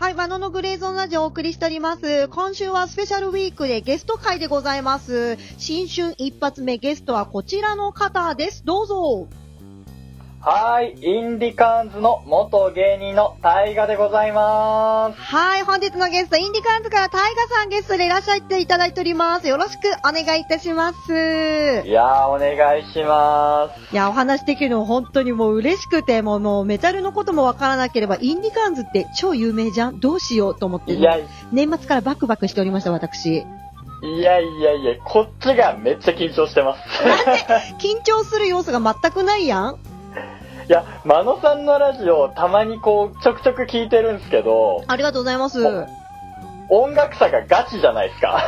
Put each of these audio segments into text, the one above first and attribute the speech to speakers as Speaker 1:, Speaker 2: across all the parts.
Speaker 1: はい、マノのグレーゾーンラジオをお送りしております。今週はスペシャルウィークでゲスト会でございます。新春一発目ゲストはこちらの方です。どうぞ。
Speaker 2: はーい、インディカーンズの元芸人の大河でございます。
Speaker 1: はい、本日のゲスト、インディカーンズからタイガさんゲストでいらっしゃっていただいております。よろしくお願いいたします
Speaker 2: い。やー、お願いします。
Speaker 1: いや、お話できるの本当にもう嬉しくて、もうもうメタルのこともわからなければ、インディカーンズって超有名じゃんどうしようと思って
Speaker 2: いや、い
Speaker 1: 年末からバクバクしておりました、私。
Speaker 2: やいやいや、こっちがめっちゃ緊張してます。
Speaker 1: 緊張する要素が全くないやん
Speaker 2: いや、真野さんのラジオ、たまにこう、ちょくちょく聞いてるんですけど、
Speaker 1: ありがとうございます。
Speaker 2: お音楽差がガチじゃないですか。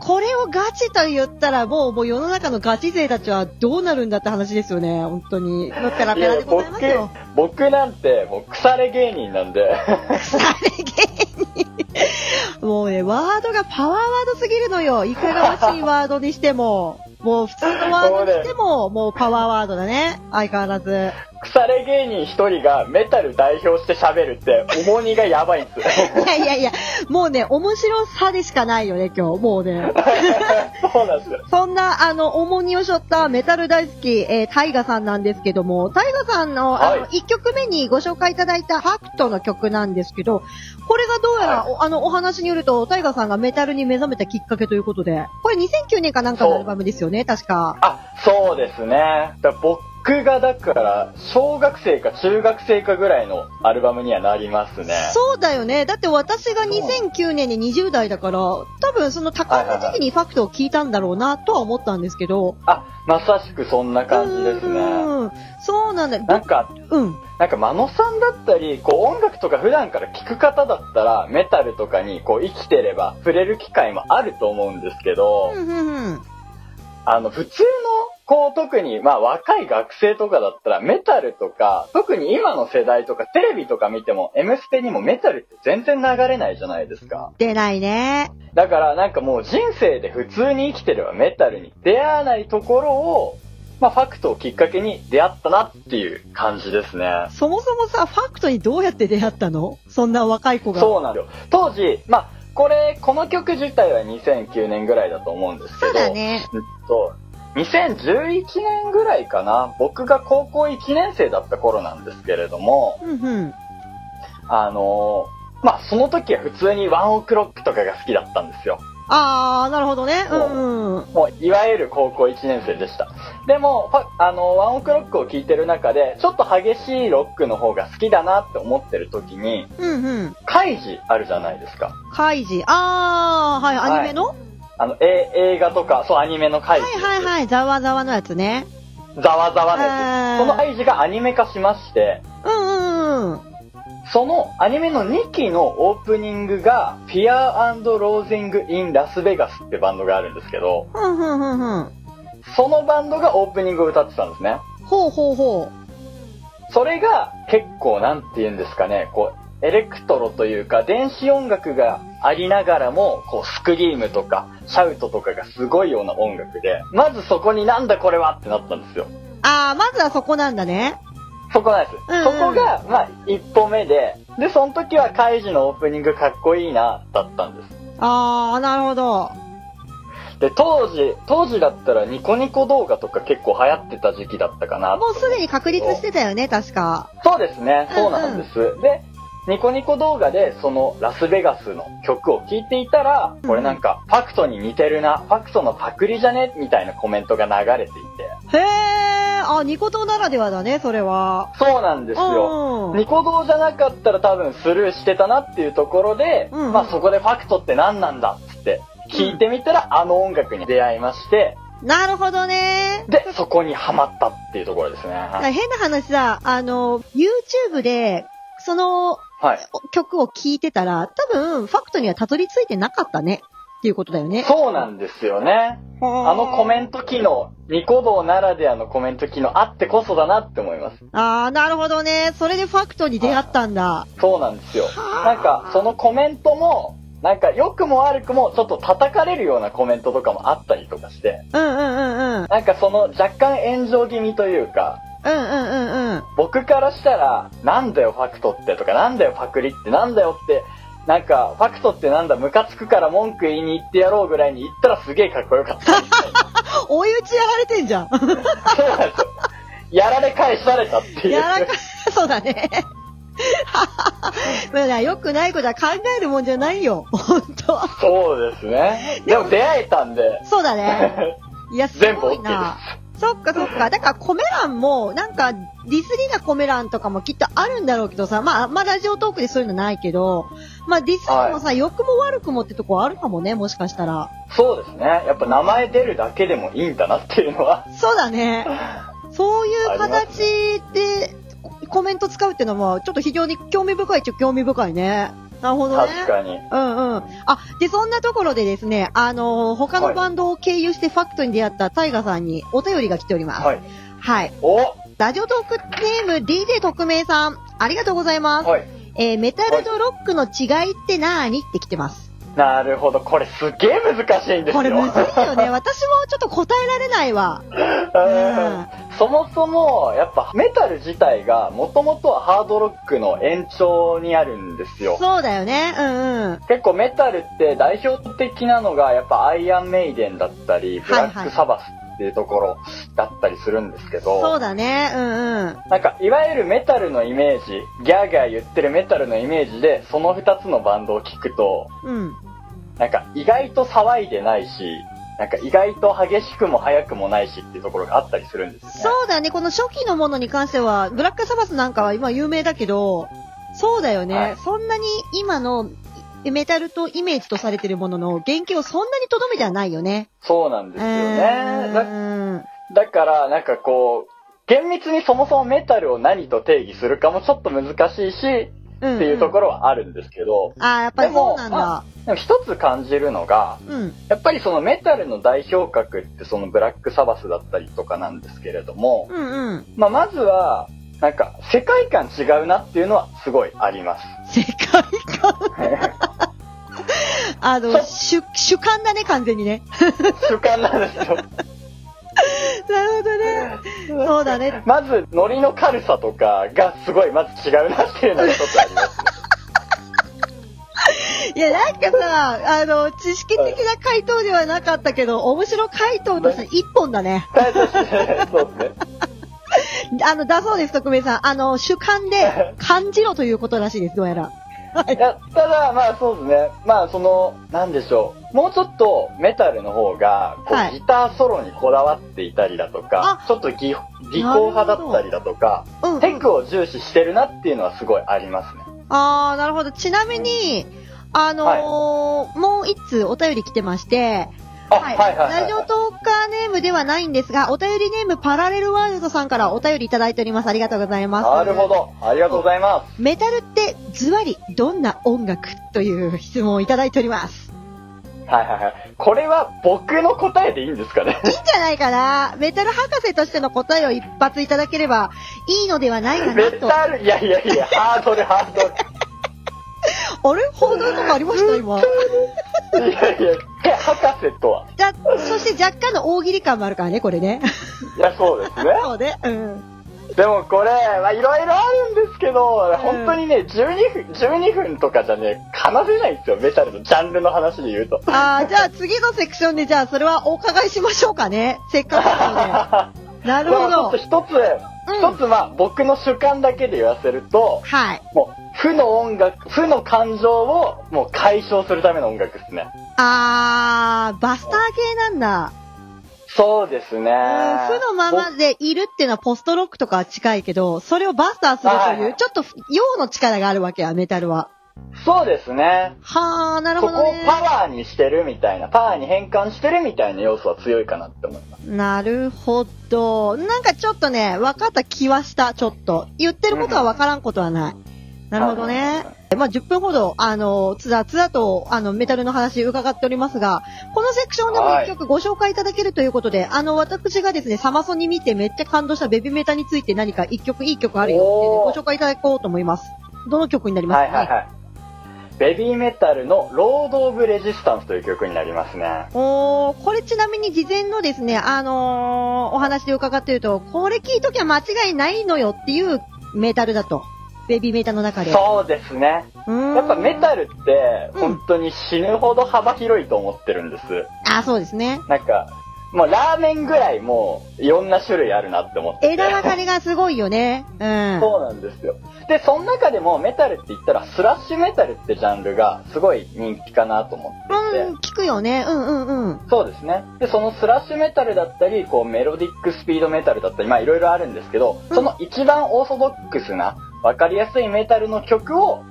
Speaker 1: これをガチと言ったら、もう、もう世の中のガチ勢たちはどうなるんだって話ですよね、本当に。のペラペラでございますよ。
Speaker 2: 僕、僕なんて、もう腐れ芸人なんで、
Speaker 1: 腐れ芸人。もうね、ワードがパワーワードすぎるのよ。いかがわしいワードにしても、もう普通のワードにしても、もうパワーワードだね。相変わらず。
Speaker 2: 腐れ芸人一人がメタル代表して喋るって、重荷がやばいんです よ。
Speaker 1: いやいやいや、もうね、面白さでしかないよね、今日。もうね。
Speaker 2: そうなんですよ。
Speaker 1: そんな、あの、重荷を背負ったメタル大好き、えー、タイガさんなんですけども、タイガさんの、あの、
Speaker 2: は
Speaker 1: 1曲目にご紹介いただいたハクトの曲なんですけど、これがどうやら、
Speaker 2: は
Speaker 1: おあの、お話によると、タイガさんがメタルに目覚めたきっかけということで、これ2009年かなんかのアルバムですよね、確か。
Speaker 2: あ、そうですね。だ僕がだから、小学生か中学生かぐらいのアルバムにはなりますね。
Speaker 1: そうだよね。だって私が2009年で20代だから、多分その多感な時期にファクトを聞いたんだろうなとは思ったんですけど。
Speaker 2: あ、まさしくそんな感じですね。
Speaker 1: うん。そうなんだ。
Speaker 2: なんか、
Speaker 1: うん。
Speaker 2: なんか、真野さんだったり、こう、音楽とか普段から聴く方だったら、メタルとかに、こう、生きてれば、触れる機会もあると思うんですけど、
Speaker 1: うんうんうん。
Speaker 2: あの、普通の、こう、特に、まあ、若い学生とかだったら、メタルとか、特に今の世代とか、テレビとか見ても、M ステにもメタルって全然流れないじゃないですか。
Speaker 1: 出ないね。
Speaker 2: だからなんかもう人生で普通に生きてればメタルに出会わないところを、まあファクトをきっかけに出会ったなっていう感じですね。
Speaker 1: そもそもさ、ファクトにどうやって出会ったのそんな若い子が。
Speaker 2: そうなんですよ。当時、まあこれ、この曲自体は2009年ぐらいだと思うんですけ
Speaker 1: そ
Speaker 2: ど、
Speaker 1: うだね。
Speaker 2: えっと、2011年ぐらいかな、僕が高校1年生だった頃なんですけれども、
Speaker 1: うんうん。
Speaker 2: あのーまあその時は普通にワンオクロックとかが好きだったんですよ。
Speaker 1: あー、なるほどね。うんうん。
Speaker 2: もういわゆる高校1年生でした。でも、ファあの、ワンオクロックを聴いてる中で、ちょっと激しいロックの方が好きだなって思ってる時に、
Speaker 1: うんうん。
Speaker 2: カイジあるじゃないですか。
Speaker 1: カイジ。あー、はい、
Speaker 2: はい
Speaker 1: アニメの、は
Speaker 2: あの、え映画とか、そう、アニメのカイ
Speaker 1: い、
Speaker 2: ジ。
Speaker 1: はいはいはいざわざわのやつね。
Speaker 2: ざわざわの
Speaker 1: あー
Speaker 2: やつ。このカイジがアニメ化しまして、
Speaker 1: うんうんうん。
Speaker 2: そのアニメの2期のオープニングが、Fear and Losing in Las Vegas ってバンドがあるんですけど、
Speaker 1: うんうんうんうん。
Speaker 2: そのバンドがオープニングを歌ってたんですね。
Speaker 1: ほうほうほ
Speaker 2: それが結構なんて言うんですかね、こう、エレクトロというか電子音楽がありながらも、こう、スクリームとか、シャウトとかがすごいような音楽で、まずそこになんだこれはってなったんですよ。
Speaker 1: う。あー、まずはそこなんだね。
Speaker 2: そこなんです。
Speaker 1: うんうん
Speaker 2: そこが、まあ、一歩目で、で、その時はカイジのオープニングかっこいいな、だったんです。
Speaker 1: あー、なるほど。
Speaker 2: で、当時、当時だったらニコニコ動画とか結構流行ってた時期だったかな。
Speaker 1: もうすでに確立してたよね、確か。
Speaker 2: そうですね、
Speaker 1: うんうん
Speaker 2: そうなんです。で、ニコニコ動画でそのラスベガスの曲を聴いていたら、これなんかファクトに似てるな、ファクトのパクリじゃねみたいなコメントが流れていて。
Speaker 1: へー、あ、ニコ動ならではだね、それは。
Speaker 2: そうなんですよ。
Speaker 1: うん
Speaker 2: ニコ動じゃなかったら多分スルーしてたなっていうところで、
Speaker 1: うんうん
Speaker 2: まあそこでファクトって何なんだっつって聞いてみたら、あの音楽に出会いまして、
Speaker 1: なるほどね。
Speaker 2: で、そこにハマったっていうところですね。
Speaker 1: だ
Speaker 2: は
Speaker 1: から
Speaker 2: い。
Speaker 1: 変な話さ、あの、YouTube で、その
Speaker 2: はい
Speaker 1: 曲を聴いてたら、多分、ファクトにはたどり着いてなかったね。っていうことだよね。
Speaker 2: そうなんですよね。あのコメント機能、ニコ動ならではのコメント機能あってこそだなって思います。
Speaker 1: ああ、なるほどね。それでファクトに出会ったんだ。
Speaker 2: そうなんですよ。なんか、そのコメントも、なんか良くも悪くもちょっと叩かれるようなコメントとかもあったりとかして、
Speaker 1: うんうんうんうん。
Speaker 2: なんかその若干炎上気味というか、
Speaker 1: うんうんうんうん。
Speaker 2: 僕からしたら、なんだよファクトってとか、なんだよパクリって、なんだよって、なんか、ファクトってなんだ、ムカつくから文句言いに行ってやろうぐらいに言ったらすげえかっこよかった。
Speaker 1: 追い打ちやられてんじゃん。
Speaker 2: そうなんですよ。やられ返されたっていう。
Speaker 1: やらか、 そうだね。まあ、よくないことは考えるもんじゃないよ。本当
Speaker 2: そうですね。でも出会えたんで、
Speaker 1: そうだ ね。いや、す
Speaker 2: 全部
Speaker 1: ごい
Speaker 2: OK で
Speaker 1: な。そっかそっか。だからコメ欄も、なんか、ディスりなコメ欄とかもきっとあるんだろうけどさ、まあ、あんまラジオトークでそういうのないけど、まあ、ディスりもさ、良くも悪くもってとこあるかもね、もしかしたら。
Speaker 2: す。そうですね。やっぱ名前出るだけでもいいんだなっていうのは。
Speaker 1: そうだ ね。そういう
Speaker 2: ありま
Speaker 1: 形でコメント使うっていうのも、ちょっと非常に興味深いっちゃ興味深いね。なるほどね。
Speaker 2: 確かに。
Speaker 1: うんうん。あ、で、そんなところでですね、あのー他のバンドを経由してファクトに出会ったタイガさんにお便りが来ております。
Speaker 2: はい。
Speaker 1: はい。
Speaker 2: お
Speaker 1: ラジオトークネーム DJ 特命さん、ありがとうございます。
Speaker 2: はい。
Speaker 1: えー、メタルとロックの違いってなーにって来てます。
Speaker 2: なるほど。これすげえ難しいんですよ。
Speaker 1: これむずいよ ね。私もちょっと答えられないわ。
Speaker 2: うん そもそも、やっぱメタル自体が、もともとはハードロックの延長にあるんですよ。
Speaker 1: そうだよね。うんうん。
Speaker 2: 結構メタルって代表的なのが、やっぱアイアンメイデンだったり、ブラックサバスっていうところだったりするんですけど、
Speaker 1: そうだね。うんうん。
Speaker 2: なんか、いわゆるメタルのイメージ、ギャーギャー言ってるメタルのイメージで、その2つのバンドを聞くと、
Speaker 1: うん。
Speaker 2: なんか意外と騒いでないし、なんか意外と激しくも速くもないしっていうところがあったりするんですよね。
Speaker 1: そうだね。この初期のものに関しては、ブラックサバスなんかは今有名だけど、そうだよね。
Speaker 2: はい
Speaker 1: そんなに今のいメタルとイメージとされてるものの原型をそんなにとどめてはないよね。
Speaker 2: そうなんですよね。
Speaker 1: うー
Speaker 2: だ
Speaker 1: ん
Speaker 2: だから、なんかこう、厳密にそもそもメタルを何と定義するかもちょっと難しいし、
Speaker 1: うん。
Speaker 2: っていうとこ
Speaker 1: ろ。
Speaker 2: ろはあるんですけど、
Speaker 1: ああ、やっぱりそうなん
Speaker 2: でも
Speaker 1: だ
Speaker 2: ま。でも一つ感じるのが、
Speaker 1: うん。
Speaker 2: やっぱりそのメタルの代表格ってそのブラックサバスだったりとかなんですけれども、
Speaker 1: うんうん。
Speaker 2: まあまずは、なんか世界観違うなっていうのはすごいあります。
Speaker 1: 世界観。 あの、主、主観だね、完全にね。
Speaker 2: 主観なんですよ。
Speaker 1: なるほどね。そうだね。
Speaker 2: まず、ノリの軽さとかがすごい、まず違うなっていうのが一つあります。
Speaker 1: いや、なんかさ、あの、知識的な回答ではなかったけど、面白回答として一本だね。
Speaker 2: 大丈 夫ですそうですね。
Speaker 1: あの、だそうです、特命さん。あの、主観で感じろということらしいです、どうやら。
Speaker 2: いやただ、まあそうですね。まあその、なんでしょう。もうちょっとメタルの方が、こ
Speaker 1: はいう
Speaker 2: ギターソロにこだわっていたりだとか、ちょっと技技巧派だったりだとか、
Speaker 1: うん。
Speaker 2: テクを重視してるなっていうのはすごいありますね。
Speaker 1: あー、なるほど。ちなみに、あのーもう一通お便り来てまして、
Speaker 2: あ、はい、はいはい、
Speaker 1: ラジオトーカーネームではないんですが、お便りネームパラレルワールドさんからお便りいただいております。ありがとうございます。
Speaker 2: なるほ。ど。ありがとうございま
Speaker 1: メタルってズワリどんな音楽という質問をいただいております。
Speaker 2: す。はいはいはい。これは僕の答えでいいんです かね。
Speaker 1: いいんじゃないかなメタル博士としての答えを一発いただければいいのではないかな
Speaker 2: メ
Speaker 1: と。あ
Speaker 2: タル、いやいやいや、ハードル、ハードル。
Speaker 1: れ報道とかありました今。
Speaker 2: いやいや、博士とは。
Speaker 1: じゃ、そして若干の大喜利感もあるからね、これね。
Speaker 2: いや、そうです ね。
Speaker 1: そうね。うん。
Speaker 2: でもこれ、まあ、いろいろあるんですけど、本当にね、12分、12分とかじゃね、話せないんですよ、メタルのジャンルの話で言うと。
Speaker 1: ああ、じゃあ次のセクションで、じゃあそれはお伺いしましょうかね。せっかくなの で。な
Speaker 2: で
Speaker 1: るほ
Speaker 2: もちょっと
Speaker 1: ど。
Speaker 2: 一つ、
Speaker 1: うん
Speaker 2: 一つまあ、僕の主観だけで言わせると、
Speaker 1: はい。
Speaker 2: もう、負の音楽、負の感情を、もう解消するための音楽ですね。
Speaker 1: あー、バスター系なんだ。
Speaker 2: そうですね。負
Speaker 1: うん負のままでいるっていうのはポストロックとかは近いけど、それをバスターする
Speaker 2: はい
Speaker 1: と、
Speaker 2: はいいう
Speaker 1: ちょっと陽の力があるわけや、メタルは。
Speaker 2: そうですね。
Speaker 1: はー、なる
Speaker 2: そ
Speaker 1: ほ
Speaker 2: こ
Speaker 1: ど
Speaker 2: を
Speaker 1: ね。
Speaker 2: パワーにしてるみたいな、パワーに変換してるみたいな要素は強いかなって思います。
Speaker 1: なるほど。なんかちょっとね、分かった気はした、ちょっと。言ってることは分からんことはない。なるほどね。まあ、10分ほど、あの、つだつだと、あの、メタルの話伺っておりますが、このセクションでも一曲ご紹介いただけるということで、あの、私がですね、サマソに見てめっちゃ感動したベビメタについて何か一曲、いい曲あるよっていうのを
Speaker 2: お
Speaker 1: ご
Speaker 2: ー
Speaker 1: 紹介いただこうと思います。どの曲になります
Speaker 2: は
Speaker 1: か
Speaker 2: い
Speaker 1: ね
Speaker 2: はいはい。ベビーメタルのロード・オブ・レジスタンスという曲になりますね。
Speaker 1: おー、これちなみに事前のですね、あのーお話で伺っていると、これ聞いときゃ間違いないのよっていうメタルだと。ベビーメタの中で。
Speaker 2: そうですね。
Speaker 1: や
Speaker 2: やっぱメタ
Speaker 1: ル。
Speaker 2: ルって
Speaker 1: うん
Speaker 2: 本当に死ぬほど幅広いと思ってるんです。
Speaker 1: あ、そうですね。
Speaker 2: なんか、もうラーメンぐらいもういろんな種類あるなって思ってて。
Speaker 1: 枝分かれがすごいよね。うん。
Speaker 2: そうなんですよ。で、その中でもメタルって言ったらスラッシュメタルってジャンルがすごい人気かなと思っていて。
Speaker 1: うん、聞くよね。うんうんうん。
Speaker 2: そうですね。で、そのスラッシュメタルだったり、こうメロディックスピードメタルだったり、まあいろいろあるんですけど、
Speaker 1: うん
Speaker 2: その一番オーソドックスな、わかりやすいメタルの曲を、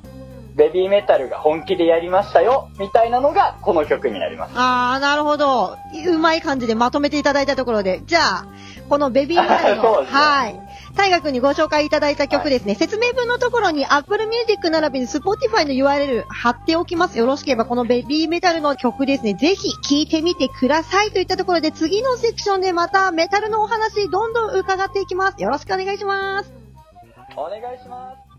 Speaker 2: ベビーメタルが本気でやりましたよ、みたいなのがこの曲になります。
Speaker 1: あー、なるほど。うまい感じでまとめていただいたところで。じゃあ、このベビーメタル
Speaker 2: そ
Speaker 1: の、
Speaker 2: うですね
Speaker 1: はい。大河君にご紹介いただいた曲ですね。説明文のところに Apple Music 並びに Spotify の URL 貼っておきます。よろしければこのベビーメタルの曲ですね、ぜひ聴いてみてくださいといったところで次のセクションでまたメタルのお話どんどん伺っていきます。よろしくお願いします。
Speaker 2: お願いします。